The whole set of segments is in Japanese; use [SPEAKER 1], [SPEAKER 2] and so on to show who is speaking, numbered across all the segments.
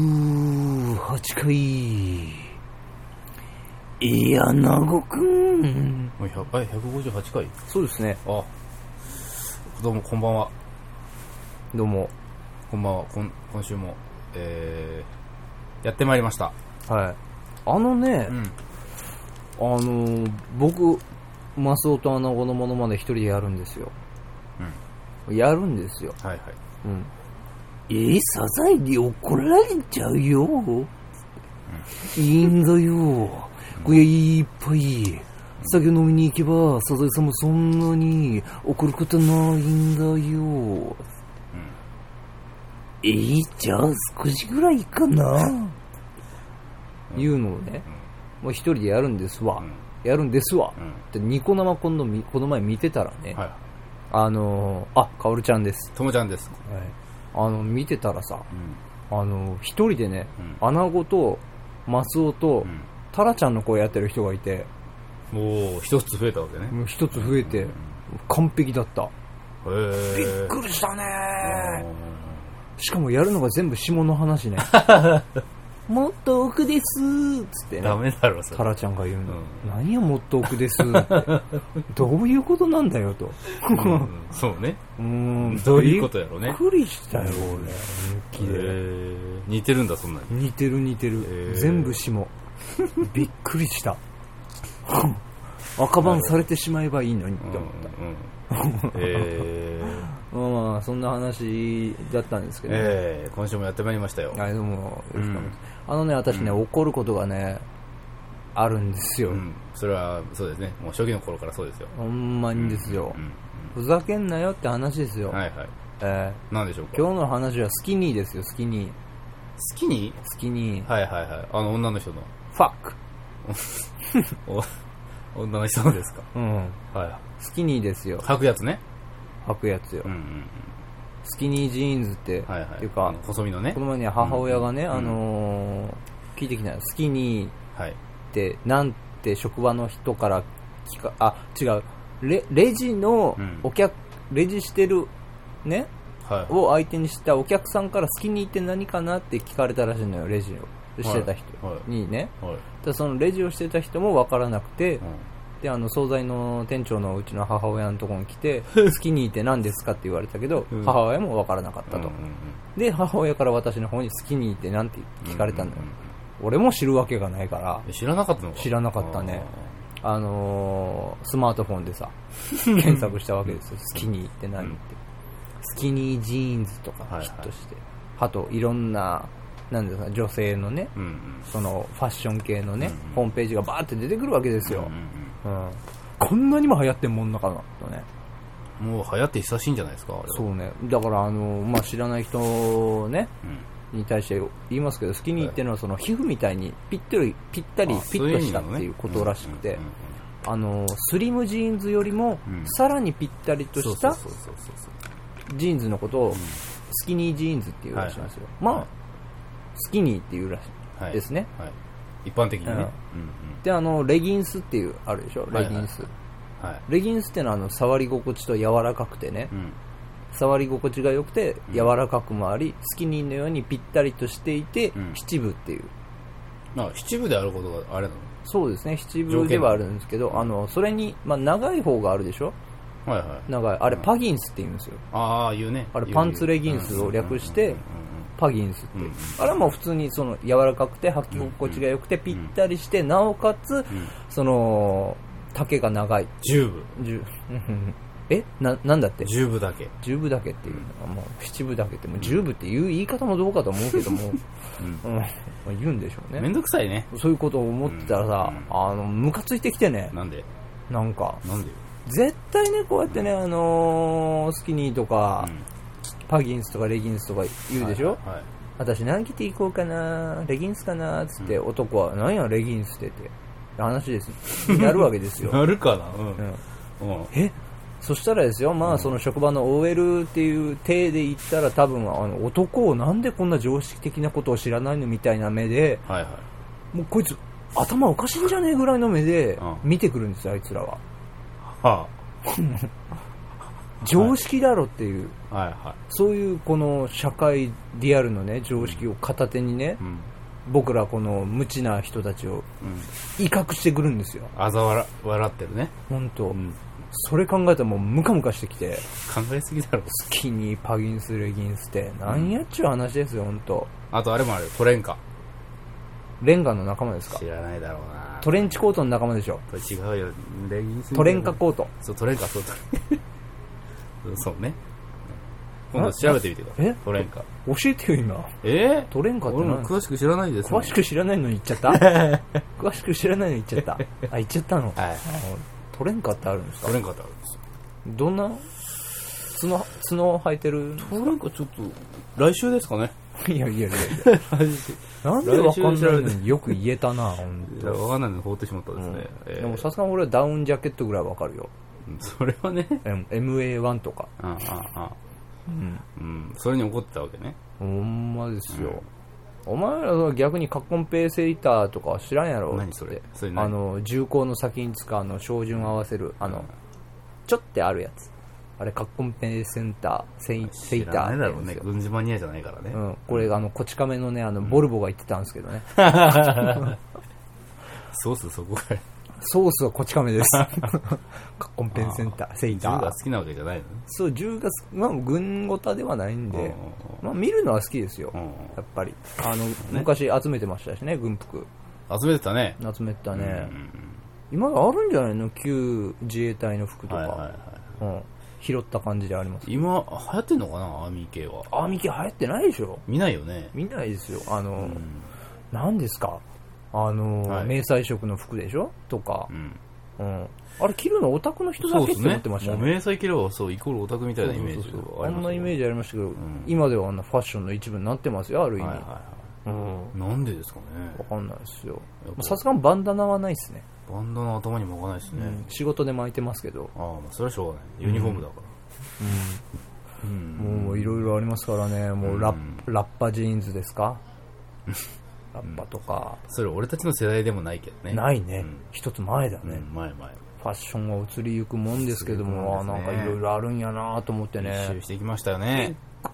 [SPEAKER 1] 158回。いや、なごくん。
[SPEAKER 2] もう100回、158回。
[SPEAKER 1] そうですね。
[SPEAKER 2] あ、どうもこんばんは。
[SPEAKER 1] どうも。
[SPEAKER 2] こんばんは。こん今週も、えー、やってまいりました。
[SPEAKER 1] はい。あのね、
[SPEAKER 2] うん。
[SPEAKER 1] あのー、僕、マスオとアナゴのものまで一人でやるんですよ。やるんですよ。
[SPEAKER 2] はいはい。
[SPEAKER 1] うん。えー、サザエに怒られちゃうよ。いいんだよ。これいっぱい。酒飲みに行けば、サザエさんもそんなに怒ることないんだよ。えー、じゃあ少しぐらいかな。いうのをね、もう一人でやるんですわ。やるんですわ。
[SPEAKER 2] うん。うん。
[SPEAKER 1] でニコ生今度みこの前見てたらね、
[SPEAKER 2] はい。
[SPEAKER 1] あのーあ、かおるちゃんです。
[SPEAKER 2] ともちゃんです。
[SPEAKER 1] あの、見てたらさ、
[SPEAKER 2] うん。
[SPEAKER 1] あの、一人でね、
[SPEAKER 2] うん
[SPEAKER 1] アナゴと、マスオと、
[SPEAKER 2] う
[SPEAKER 1] タラちゃんの声やってる人がいて、
[SPEAKER 2] ん。もう、一つ増えたわけね。
[SPEAKER 1] もう一つ増えて
[SPEAKER 2] うん、
[SPEAKER 1] 完璧だった。
[SPEAKER 2] へー。
[SPEAKER 1] びっくりしたねしかもやるのが全部下の話 ね。もっと奥ですーっつって
[SPEAKER 2] うん
[SPEAKER 1] ね。
[SPEAKER 2] ダメだろ、そ
[SPEAKER 1] タ
[SPEAKER 2] れ。
[SPEAKER 1] ラちゃんが言うの、
[SPEAKER 2] う
[SPEAKER 1] 何をもっと奥ですってどういうことなんだよと
[SPEAKER 2] うんそうね。
[SPEAKER 1] うーん
[SPEAKER 2] どういうことやろう
[SPEAKER 1] びっ
[SPEAKER 2] ね。
[SPEAKER 1] くりしたよ俺
[SPEAKER 2] へ
[SPEAKER 1] 本気で
[SPEAKER 2] ー似てるんだ、そんなに。
[SPEAKER 1] 似てる似てる、
[SPEAKER 2] ー
[SPEAKER 1] 全部下 びっくりした 赤番されてしまえばいいのにって思った、
[SPEAKER 2] うん。うん。えー。
[SPEAKER 1] まあそんな話だったんですけど、
[SPEAKER 2] ええ今週もやってまいりましたよ。
[SPEAKER 1] はいどうもよろしくお願いします、あのね私ね、
[SPEAKER 2] う
[SPEAKER 1] 怒ることがねあるんですよ、
[SPEAKER 2] うん、それはそうですね、もう初期の頃からそうですよ。
[SPEAKER 1] ほんまにですよ、
[SPEAKER 2] うん
[SPEAKER 1] ふざけんなよって話ですよ、
[SPEAKER 2] はいはい。
[SPEAKER 1] え
[SPEAKER 2] なんでしょう
[SPEAKER 1] ー
[SPEAKER 2] か。
[SPEAKER 1] 今日の話はスキニーですよ、スキニー。
[SPEAKER 2] 好きに
[SPEAKER 1] スキニー。
[SPEAKER 2] はいはいはい。あの女の人の。
[SPEAKER 1] ファック。
[SPEAKER 2] お 女の人のですか。
[SPEAKER 1] うん。
[SPEAKER 2] は
[SPEAKER 1] スキニーですよ
[SPEAKER 2] い。。履くやつね。
[SPEAKER 1] 履くやつよ
[SPEAKER 2] うん。うん
[SPEAKER 1] スキニージーンズって、
[SPEAKER 2] うん。はいはい。
[SPEAKER 1] っていうか
[SPEAKER 2] あの細身のね
[SPEAKER 1] こ。の前ね、母親がね、
[SPEAKER 2] ん
[SPEAKER 1] あのー聞いてきたのスキニーっ
[SPEAKER 2] はい。
[SPEAKER 1] て、なんて職場の人から聞か、あ、違う。レ、レジの
[SPEAKER 2] うん
[SPEAKER 1] お客、レジしてる、ね、
[SPEAKER 2] はい。
[SPEAKER 1] を相手にしたお客さんからスキニーって何かなって聞かれたらしいのよ、レジをしてた人
[SPEAKER 2] はいはい
[SPEAKER 1] にね。
[SPEAKER 2] はい。
[SPEAKER 1] ただそのレジをしてた人も分からなくて、
[SPEAKER 2] うん
[SPEAKER 1] であの惣菜の店長のうちの母親のところに来 てスキニーって何ですかって言われたけど、
[SPEAKER 2] うん
[SPEAKER 1] 母親も分からなかった
[SPEAKER 2] うん
[SPEAKER 1] と、
[SPEAKER 2] うん
[SPEAKER 1] で母親から私の方にスキニーって何て聞かれたのよ、
[SPEAKER 2] うんうん
[SPEAKER 1] 俺も知るわけがないから
[SPEAKER 2] うん知らなかったのか
[SPEAKER 1] 知らなかったねあのースマートフォンで さ検索したわけですよスキニーって何って、
[SPEAKER 2] うん
[SPEAKER 1] スキニージーンズとか
[SPEAKER 2] はいはい
[SPEAKER 1] ヒットして、あといろんななんですか女性のね
[SPEAKER 2] あーうんうん。
[SPEAKER 1] そのファッション系のね、
[SPEAKER 2] うん
[SPEAKER 1] ホームページがバーって出てくるわけですよ、
[SPEAKER 2] うん
[SPEAKER 1] うんこんなにも流行ってんもんなかなとね。
[SPEAKER 2] うんもう流行って久しいんじゃないですか、あれは
[SPEAKER 1] そうね。だから、あの、まあ、知らない人をね、
[SPEAKER 2] うん
[SPEAKER 1] に対して言いますけど、スキニーっていうのはその皮膚みたいにぴったり、ぴったり
[SPEAKER 2] あ、
[SPEAKER 1] ピ
[SPEAKER 2] そう
[SPEAKER 1] ッ
[SPEAKER 2] いう
[SPEAKER 1] と
[SPEAKER 2] 意味
[SPEAKER 1] した
[SPEAKER 2] な
[SPEAKER 1] っ
[SPEAKER 2] のね
[SPEAKER 1] ていうことらしくて
[SPEAKER 2] うんうんうん、
[SPEAKER 1] あの、スリムジーンズよりも
[SPEAKER 2] うん、
[SPEAKER 1] さらにぴったりとした
[SPEAKER 2] そうそうそうそうそう
[SPEAKER 1] ジーンズのことを、スキニージーンズっていうらしいんですよ。
[SPEAKER 2] はい
[SPEAKER 1] まあ、スキニーっていうらし
[SPEAKER 2] はいい
[SPEAKER 1] ですね。
[SPEAKER 2] はい、一般的にね、
[SPEAKER 1] う
[SPEAKER 2] うんんうん
[SPEAKER 1] で、あの、レギンスっていう、あるでしょ、レギンス。
[SPEAKER 2] はい
[SPEAKER 1] レギンスっていうのは、あの、触り心地と柔らかくてね
[SPEAKER 2] う、ん、
[SPEAKER 1] 触り心地が良くて柔らかくもあり、スキニーのようにぴったりとしていて、
[SPEAKER 2] うん
[SPEAKER 1] 七分っていう
[SPEAKER 2] まあ七部であることがあれなの
[SPEAKER 1] そうですね七分ではあるんですけどあのそれに、まあ、長い方があるでしょ
[SPEAKER 2] はいはい
[SPEAKER 1] 長いあれ
[SPEAKER 2] うん
[SPEAKER 1] パギンスって言うんですよ
[SPEAKER 2] ああ言うね
[SPEAKER 1] あれ
[SPEAKER 2] 言う
[SPEAKER 1] パンツレギンスを略して
[SPEAKER 2] うんうん
[SPEAKER 1] パギンスって、
[SPEAKER 2] うん
[SPEAKER 1] あれはもう普通にその柔らかくて履き心地が良くてぴったりして、なおかつ
[SPEAKER 2] うんうんうん
[SPEAKER 1] その丈が長い
[SPEAKER 2] 十部
[SPEAKER 1] じゅ えななんだって
[SPEAKER 2] 十部だけ
[SPEAKER 1] 十分だけっていうのがもう七分だけってもう十分っていう言い方もどうかと思うけども、
[SPEAKER 2] う
[SPEAKER 1] うんまあ言うんでしょうね
[SPEAKER 2] めんどくさいね
[SPEAKER 1] そういうことを思ってたらさ、あの、ムカついてきてね、
[SPEAKER 2] なんで
[SPEAKER 1] なんか。
[SPEAKER 2] なんで
[SPEAKER 1] 絶対ね、こうやってね、あのースキニーとか、パギンスとかレギンスとか言うでしょ、
[SPEAKER 2] はい
[SPEAKER 1] 私何着ていこうかな、レギンスかな、つって、男は、何やレギンスってって、話 です。やるわけですよ。
[SPEAKER 2] なるかな
[SPEAKER 1] う
[SPEAKER 2] う
[SPEAKER 1] んん
[SPEAKER 2] うん
[SPEAKER 1] えそしたらですよ、まあ、その職場の OL っていう体で言ったら多分、あの、男をなんでこんな常識的なことを知らないのみたいな目で、
[SPEAKER 2] はいはい
[SPEAKER 1] もうこいつ、頭おかしいんじゃねえぐらいの目で
[SPEAKER 2] う
[SPEAKER 1] 見てくるんですよ、あいつらは。
[SPEAKER 2] は
[SPEAKER 1] 常識だろっていう、
[SPEAKER 2] はいは
[SPEAKER 1] そういうこの社会リアルのね常識を片手にね
[SPEAKER 2] い。うん。
[SPEAKER 1] 僕らこの無知な人たちを
[SPEAKER 2] うん。
[SPEAKER 1] 威嚇してくるんですよ
[SPEAKER 2] あざ笑笑ってるね。
[SPEAKER 1] 本当、
[SPEAKER 2] うん。
[SPEAKER 1] それ考えたらもうムカムカしてきて
[SPEAKER 2] 考えすぎだろ。
[SPEAKER 1] スキニーパギンスレギンスってなんやっちゅう話ですよ本当
[SPEAKER 2] あとあれもあるよ。トレンカ。
[SPEAKER 1] レンガの仲間ですか
[SPEAKER 2] 知らないだろうな。
[SPEAKER 1] トレンチコートの仲間でしょ
[SPEAKER 2] これ違うよ。レギンス
[SPEAKER 1] トレンカコート
[SPEAKER 2] そう、トレンカ、そう、ト レンそうね。今度調べてみてください。
[SPEAKER 1] え
[SPEAKER 2] トレンカ。
[SPEAKER 1] 教えてよ今
[SPEAKER 2] え
[SPEAKER 1] トレンカって
[SPEAKER 2] 俺も
[SPEAKER 1] 何
[SPEAKER 2] 詳しく知らないですもん
[SPEAKER 1] 詳しく知らないのに言っ ちゃった詳しく知らないのに言っちゃったあ言っちゃったの
[SPEAKER 2] はい。
[SPEAKER 1] トレンカってあるんですか
[SPEAKER 2] トレンカってあるんですよ。
[SPEAKER 1] どんな角角生えてる
[SPEAKER 2] トレンカちょっと、来週ですかね。
[SPEAKER 1] いやいやいや
[SPEAKER 2] 来週。
[SPEAKER 1] なんでわかんないのによく言えたな、ほん
[SPEAKER 2] いやわかんないの放ってしまったですね。えー
[SPEAKER 1] でもさすがに俺はダウンジャケットぐらいわかるよ。
[SPEAKER 2] うんそれはね。
[SPEAKER 1] M- MA1 とか。
[SPEAKER 2] ああ、ああ。
[SPEAKER 1] うん。
[SPEAKER 2] うん。それに怒ってたわけね。
[SPEAKER 1] ほんまですよ。お前らは逆にカッコンペーセイターとかは知らんやろ
[SPEAKER 2] 何それ
[SPEAKER 1] って
[SPEAKER 2] それ何
[SPEAKER 1] あの、銃口の先に使うあの、照準合わせる、あの、ちょってあるやつ。あれ、カッコンペーセンター、セイセイ
[SPEAKER 2] 知
[SPEAKER 1] ター。
[SPEAKER 2] らないだろうね。軍事マニアじゃないからね。
[SPEAKER 1] うん、これあのこち亀のねあのボルボが言ってたんですけどね、
[SPEAKER 2] そうっす、そこが。
[SPEAKER 1] ソースはこち 亀ですカッコンペンセンターセイ
[SPEAKER 2] 自
[SPEAKER 1] タ
[SPEAKER 2] 分
[SPEAKER 1] ー
[SPEAKER 2] が好きなわけじゃないのね。
[SPEAKER 1] そう10月、まあ、軍ごたではないん
[SPEAKER 2] うん
[SPEAKER 1] で、まあ、見るのは好きですよ、
[SPEAKER 2] うんうん
[SPEAKER 1] やっぱりあの、昔集めてましたしね軍服
[SPEAKER 2] 集めてたね。
[SPEAKER 1] 集めてた
[SPEAKER 2] うんう
[SPEAKER 1] ね、
[SPEAKER 2] ん
[SPEAKER 1] 今あるんじゃないの旧自衛隊の服とか、
[SPEAKER 2] はいはいはい。
[SPEAKER 1] うん、拾った感じであります
[SPEAKER 2] 今、流行ってんのかなアーミー系は。
[SPEAKER 1] アーミキ流行ってないでしょ
[SPEAKER 2] 見ないよね。
[SPEAKER 1] 見ないですよあの、何ですかあの、
[SPEAKER 2] はい
[SPEAKER 1] 迷彩色の服でしょとか
[SPEAKER 2] う、ん。
[SPEAKER 1] うん、あれ着るのオタクの人だ
[SPEAKER 2] そう
[SPEAKER 1] けっ
[SPEAKER 2] で
[SPEAKER 1] て
[SPEAKER 2] す
[SPEAKER 1] 思
[SPEAKER 2] ね
[SPEAKER 1] っ。てました
[SPEAKER 2] もう
[SPEAKER 1] ね
[SPEAKER 2] 迷彩系はそう、イコールオタクみたいなイメージ
[SPEAKER 1] そうそうそう
[SPEAKER 2] が
[SPEAKER 1] あ
[SPEAKER 2] りますよね
[SPEAKER 1] んなイメージありましたけど、
[SPEAKER 2] ん
[SPEAKER 1] 今ではあんなファッションの一部になってますよある意味、
[SPEAKER 2] はいはいは
[SPEAKER 1] うん
[SPEAKER 2] い。なんでですかね。
[SPEAKER 1] わかんないですよ
[SPEAKER 2] やっ。ぱ
[SPEAKER 1] さすがにバンダナはないですね。
[SPEAKER 2] バンドの頭にも置かないしね。
[SPEAKER 1] 仕事で巻いてますけど。
[SPEAKER 2] ああ、まあそれはしょうがない。ユニフォームだから。うん。
[SPEAKER 1] もういろいろありますからね。もうラッ,、ラッパジーンズですか ラッパとか。
[SPEAKER 2] それ俺たちの世代でもないけどね。
[SPEAKER 1] ないね
[SPEAKER 2] うん。
[SPEAKER 1] 一、つ前だね、
[SPEAKER 2] うん、前前。
[SPEAKER 1] ファッションは移りゆくもんですけども、
[SPEAKER 2] 移りゆくも
[SPEAKER 1] あ
[SPEAKER 2] ん
[SPEAKER 1] なん
[SPEAKER 2] ですね
[SPEAKER 1] かいろいろあるんやなと思って
[SPEAKER 2] 練習
[SPEAKER 1] ね。
[SPEAKER 2] してきましたよね。
[SPEAKER 1] あ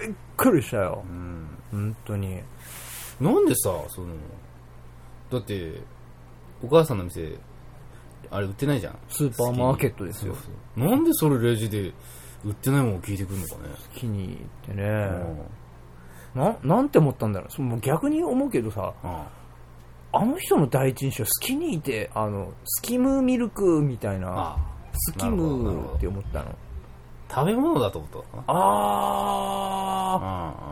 [SPEAKER 1] びっくりしたよ。
[SPEAKER 2] うん。
[SPEAKER 1] 本当に。
[SPEAKER 2] なんでさ、その、だって、お母さんの店、あれ売ってないじゃん。
[SPEAKER 1] スーパーマーケットですよ
[SPEAKER 2] そうそうなんでそれレジで売ってないものを聞いてくるのかね。
[SPEAKER 1] 気に入ってね、
[SPEAKER 2] うん
[SPEAKER 1] な。なんて思ったんだろう。そうもう逆に思うけどさ、
[SPEAKER 2] あ
[SPEAKER 1] あの人の第一印象、スキニーって、あの、スキムミルクみたい
[SPEAKER 2] あ
[SPEAKER 1] な。
[SPEAKER 2] ああ。
[SPEAKER 1] スキムーって思ったの。
[SPEAKER 2] 食べ物だと思ったのかな。
[SPEAKER 1] あー、
[SPEAKER 2] あ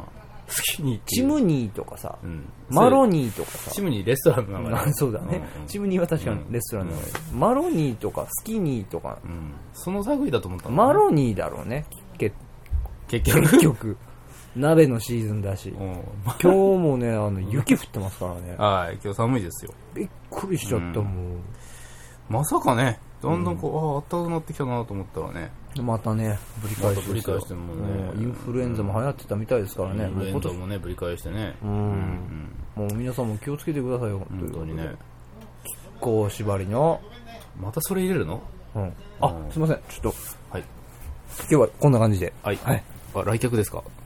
[SPEAKER 2] あ。好きに
[SPEAKER 1] チムニーとかさ、
[SPEAKER 2] うん。
[SPEAKER 1] マロニーとか
[SPEAKER 2] それ
[SPEAKER 1] さ
[SPEAKER 2] チ、ムにレストランの名前
[SPEAKER 1] そうだね、
[SPEAKER 2] うんうん
[SPEAKER 1] チムニーは確かにレストランの名前、マロニーとかスキニーとか、
[SPEAKER 2] うん。その作為だと思ったのかな
[SPEAKER 1] マロニーだろうね、結
[SPEAKER 2] 結
[SPEAKER 1] 結
[SPEAKER 2] 局。
[SPEAKER 1] 局。鍋のシーズンだし。
[SPEAKER 2] うん。
[SPEAKER 1] 今日もね、あの、雪降ってますからね。
[SPEAKER 2] はい、今日寒いですよ。
[SPEAKER 1] びっくりしちゃった、
[SPEAKER 2] うん
[SPEAKER 1] も
[SPEAKER 2] まさかね、だんだんこう、ああ、暖かくなってきたなと思ったらね、
[SPEAKER 1] う。またね、ぶり返して
[SPEAKER 2] またぶり返してもね
[SPEAKER 1] うんインフルエンザも流行ってたみたいですから
[SPEAKER 2] イ
[SPEAKER 1] ね。
[SPEAKER 2] ンフ
[SPEAKER 1] もう
[SPEAKER 2] ルエ
[SPEAKER 1] 今
[SPEAKER 2] ンザ
[SPEAKER 1] 年
[SPEAKER 2] もね、ぶり返してね、
[SPEAKER 1] うんもう皆さんも気をつけてくださいよ、というこ
[SPEAKER 2] 本当
[SPEAKER 1] とで
[SPEAKER 2] にね。
[SPEAKER 1] こう縛りの、
[SPEAKER 2] またそれ入れるの
[SPEAKER 1] うん、あ、
[SPEAKER 2] うん
[SPEAKER 1] すいませんちょっと
[SPEAKER 2] はい。
[SPEAKER 1] 今日はこんな感じで
[SPEAKER 2] はい。
[SPEAKER 1] はい
[SPEAKER 2] あ、来客ですか